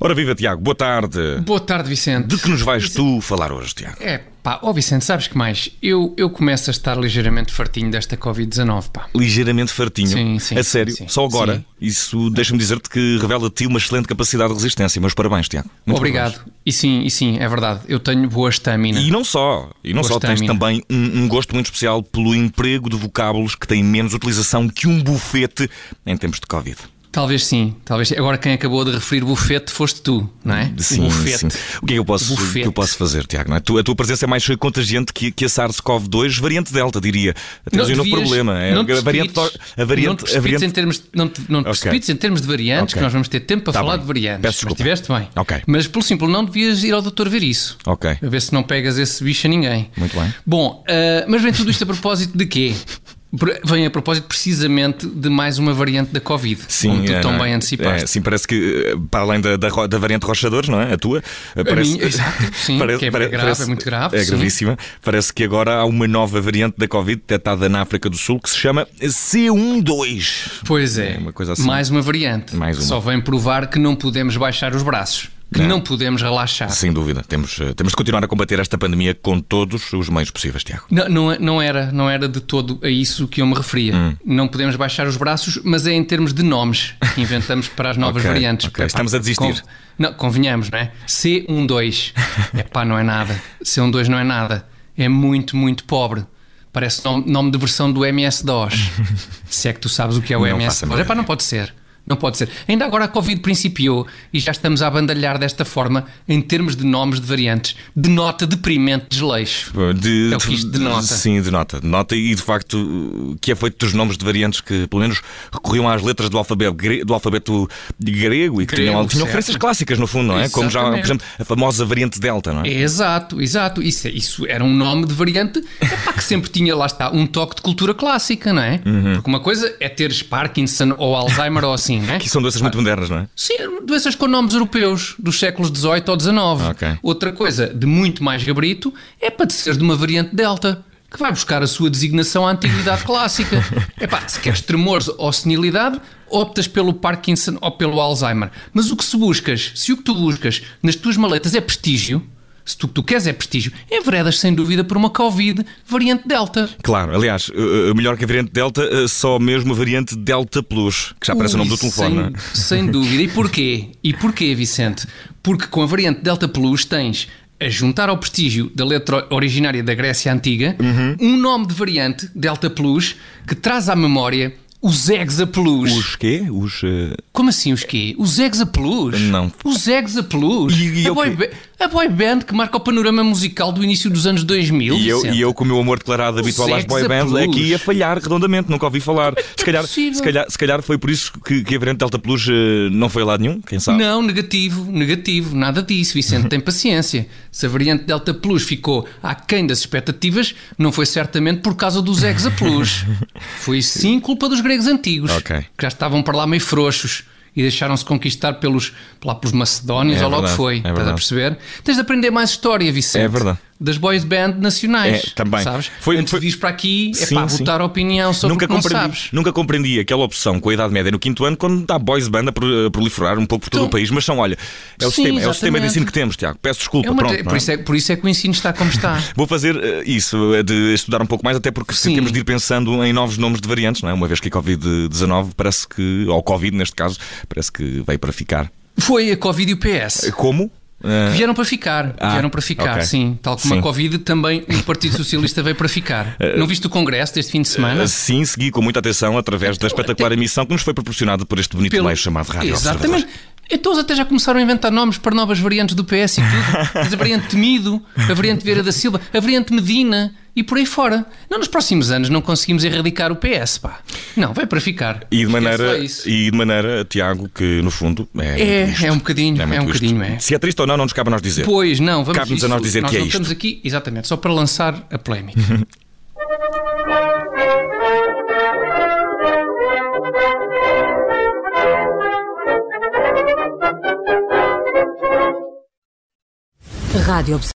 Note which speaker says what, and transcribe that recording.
Speaker 1: Ora viva, Tiago, boa tarde.
Speaker 2: Boa tarde, Vicente.
Speaker 1: De que nos vais tu falar hoje, Tiago?
Speaker 2: É pá, ó Vicente, sabes que mais? Eu, eu começo a estar ligeiramente fartinho desta Covid-19, pá.
Speaker 1: Ligeiramente fartinho.
Speaker 2: Sim, sim,
Speaker 1: A sério,
Speaker 2: sim.
Speaker 1: só agora.
Speaker 2: Sim.
Speaker 1: Isso deixa-me dizer-te que revela te uma excelente capacidade de resistência. Meus parabéns, Tiago. Muito
Speaker 2: Obrigado. E sim, e sim, é verdade. Eu tenho boa estamina.
Speaker 1: parabéns. E não só, e não
Speaker 2: Boa
Speaker 1: só tens
Speaker 2: estamina.
Speaker 1: também um, um gosto muito especial pelo emprego de vocábulos que têm menos utilização que um bufete em tempos de Covid.
Speaker 2: Talvez sim, talvez. Agora quem acabou de referir bufete foste tu, não é? o bufete.
Speaker 1: sim. O que é que eu posso,
Speaker 2: Bufete.
Speaker 1: que eu posso fazer, Tiago? não é? Tu- A tua presença é mais contagiante que, que a SARS-COV-2, variante Delta, diria. Temos
Speaker 2: Não
Speaker 1: aí um novo
Speaker 2: devias-
Speaker 1: problema. É,
Speaker 2: não te
Speaker 1: a variante,
Speaker 2: precipites.
Speaker 1: a
Speaker 2: Não te
Speaker 1: variante, a
Speaker 2: precipites
Speaker 1: variante
Speaker 2: em termos, não te, não te
Speaker 1: Ok.
Speaker 2: precipites em termos de variantes,
Speaker 1: Ok.
Speaker 2: que nós vamos ter tempo para
Speaker 1: Tá
Speaker 2: falar
Speaker 1: bem.
Speaker 2: de
Speaker 1: Peço
Speaker 2: variantes. mas
Speaker 1: desculpa.
Speaker 2: estiveste bem.
Speaker 1: Ok.
Speaker 2: Mas pelo simples, não devias ir ao Dr. Ver isso.
Speaker 1: Ok.
Speaker 2: A ver se não pegas esse bicho a ninguém.
Speaker 1: Muito bem.
Speaker 2: Bom, ah, mas vem tudo isto a propósito de quê? Por- Vem a propósito precisamente de mais uma variante da Covid, como tu
Speaker 1: é,
Speaker 2: tão
Speaker 1: não é?
Speaker 2: bem
Speaker 1: É,
Speaker 2: antecipaste.
Speaker 1: sim, parece que eh, para além da, da, ro- da variante Rochadores, não é? A tua? eh, Parece,
Speaker 2: minha, exato, sim, que é grave, é muito grave,
Speaker 1: É
Speaker 2: sim.
Speaker 1: gravíssima. Parece que agora há uma nova variante da Covid detectada na África do Sul que se chama C12.
Speaker 2: Pois é,
Speaker 1: É uma coisa assim.
Speaker 2: mais uma variante.
Speaker 1: Mais uma.
Speaker 2: Só vem provar que não podemos baixar os braços, que não, podemos relaxar.
Speaker 1: Sem dúvida, temos, eh, temos de continuar a combater esta pandemia com todos os meios possíveis, Tiago.
Speaker 2: Não, não, é- não era, não era de todo a isso que eu me referia.
Speaker 1: Hum.
Speaker 2: Não podemos baixar os braços, mas é em termos de nomes que inventamos para as novas
Speaker 1: Ok,
Speaker 2: variantes.
Speaker 1: ok.
Speaker 2: Epá,
Speaker 1: Estamos a desistir.
Speaker 2: não, convenhamos, não é? C12. Epá, não é nada. C12 não é nada. É muito, muito pobre. Parece nome, nome de versão do MS-DOS. Se é que tu sabes o que é o
Speaker 1: Não faço a
Speaker 2: MS-DOS.
Speaker 1: mínima
Speaker 2: Epá, não pode ser. Não pode ser. Ainda agora a Covid principiou e já estamos a bandalhar desta forma em termos de nomes de variantes. Denota deprimente desleixo.
Speaker 1: De,
Speaker 2: É o que isto denota.
Speaker 1: Sim, denota. Denota e, de facto, que é feito dos nomes de variantes que, pelo menos, recorriam às letras do alfabeto, gre- do alfabeto grego e que
Speaker 2: Grego,
Speaker 1: tinham, tinham
Speaker 2: certo.
Speaker 1: referências clássicas, no fundo, não é? Como já, por
Speaker 2: Exatamente.
Speaker 1: exemplo, a famosa variante Delta, não é?
Speaker 2: É, Exato, exato. Isso, isso era um nome de variante epá, que sempre tinha, lá está, um toque de cultura clássica, não é? Porque uma coisa é teres Parkinson ou Alzheimer ou assim, não é?
Speaker 1: Que são doenças muito modernas, não é?
Speaker 2: Sim, doenças com nomes europeus dos séculos XVIII ou XIX.
Speaker 1: Ok.
Speaker 2: Outra coisa de muito mais gabrito é para ser de uma variante delta, que vai buscar a sua designação à antiguidade clássica. Epá, se queres tremores ou senilidade, optas pelo Parkinson ou pelo Alzheimer. Mas o que se buscas, se o que tu buscas nas tuas maletas é prestígio, se tu, o que tu queres é prestígio, enveredas sem dúvida por uma Covid variante delta.
Speaker 1: Claro, aliás, eh, eh, melhor que a variante Delta, eh, só mesmo a variante Delta Plus, que já parece o nome
Speaker 2: Ui,
Speaker 1: do telefone, não é?
Speaker 2: Sem, sem dúvida. E porquê? E porquê, Vicente? Porque com a variante Delta Plus tens, a juntar ao prestígio da letra originária da Grécia Antiga,
Speaker 1: Uhum.
Speaker 2: um nome de variante, Delta Plus, que traz à memória os Hexa Plus.
Speaker 1: Os quê? Os. eh,
Speaker 2: Como assim os quê? Os Hexa Plus?
Speaker 1: Não.
Speaker 2: Os Hexa Plus?
Speaker 1: E- é e
Speaker 2: a,
Speaker 1: eu
Speaker 2: boy
Speaker 1: que-
Speaker 2: ba- a boy band que marca o panorama musical do início dos anos 2000,
Speaker 1: E eu,
Speaker 2: Vicente.
Speaker 1: e eu, com o meu amor declarado habitual às
Speaker 2: Zegs
Speaker 1: boy
Speaker 2: a
Speaker 1: bands,
Speaker 2: plus.
Speaker 1: é que ia falhar redondamente, nunca ouvi falar. Se calhar,
Speaker 2: é possível?
Speaker 1: se, calhar, se calhar foi por isso que, que a variante Delta Plus eh, não foi a lado nenhum, quem sabe?
Speaker 2: Não, negativo, negativo, nada disso. Vicente tem paciência. Se a variante Delta Plus ficou aquém das expectativas, não foi certamente por causa dos Hexa Plus. Foi sim culpa dos gregos antigos,
Speaker 1: Ok.
Speaker 2: que já estavam para lá meio frouxos e deixaram-se conquistar pelos, lá pelos macedónios
Speaker 1: É
Speaker 2: ou logo
Speaker 1: verdade, é
Speaker 2: foi. Estás a
Speaker 1: verdade.
Speaker 2: perceber? Tens de aprender mais história, Vicente.
Speaker 1: É verdade.
Speaker 2: Das boys band nacionais.
Speaker 1: É, também.
Speaker 2: Sabes?
Speaker 1: Foi-
Speaker 2: Antes
Speaker 1: foi-
Speaker 2: de ires para aqui, é
Speaker 1: Sim,
Speaker 2: para
Speaker 1: sim.
Speaker 2: votar a opinião sobre
Speaker 1: nunca,
Speaker 2: o que não
Speaker 1: compreendi,
Speaker 2: sabes.
Speaker 1: nunca compreendi aquela opção com a Idade Média no quinto ano, quando dá boys band a pro- a proliferar um pouco por todo
Speaker 2: Então-
Speaker 1: o país, mas são, olha, é o, sistema, é
Speaker 2: Sim,
Speaker 1: o sistema de
Speaker 2: exatamente.
Speaker 1: ensino que temos, Tiago. Peço desculpa,
Speaker 2: É uma-
Speaker 1: pronto. não
Speaker 2: por,
Speaker 1: é?
Speaker 2: isso é, por isso é que o ensino está como está.
Speaker 1: Vou fazer eh, isso, eh, de estudar um pouco mais, até porque
Speaker 2: Sim.
Speaker 1: temos de ir pensando em novos nomes de variantes, não é? Uma vez que a Covid-19 parece que, ou Covid neste caso, parece que veio para ficar.
Speaker 2: Foi a Covid e o PS.
Speaker 1: Como? Eh,
Speaker 2: Vieram para ficar,
Speaker 1: Ah,
Speaker 2: vieram para ficar,
Speaker 1: ok.
Speaker 2: sim. Tal como
Speaker 1: Sim. Eh,
Speaker 2: a Covid, também o Partido Socialista veio para ficar. Não viste o Congresso deste fim de semana?
Speaker 1: Sim, Assim segui com muita atenção através da
Speaker 2: Então,
Speaker 1: espetacular emissão que nos foi proporcionada por este bonito meio chamado Rádio
Speaker 2: Exatamente. Então eles até já começaram a inventar nomes para novas variantes do PS e tudo. Mas a variante Temido, a variante Vieira da Silva, a variante Medina e por aí fora. Não, nos próximos anos não conseguimos erradicar o PS, pá. Não, vai para ficar.
Speaker 1: E de, maneira,
Speaker 2: Esquece lá é isso.
Speaker 1: e de maneira, Tiago, que no fundo é. muito isto.
Speaker 2: É, é um bocadinho, é,
Speaker 1: muito
Speaker 2: um
Speaker 1: isto.
Speaker 2: bocadinho, é.
Speaker 1: Se é triste ou não, não nos cabe a nós dizer.
Speaker 2: Pois não, vamos
Speaker 1: Cabe-nos a
Speaker 2: isso-
Speaker 1: nós dizer que é
Speaker 2: não
Speaker 1: isto.
Speaker 2: estamos aqui, exatamente, só para lançar a polémica.
Speaker 3: Rádio Obs-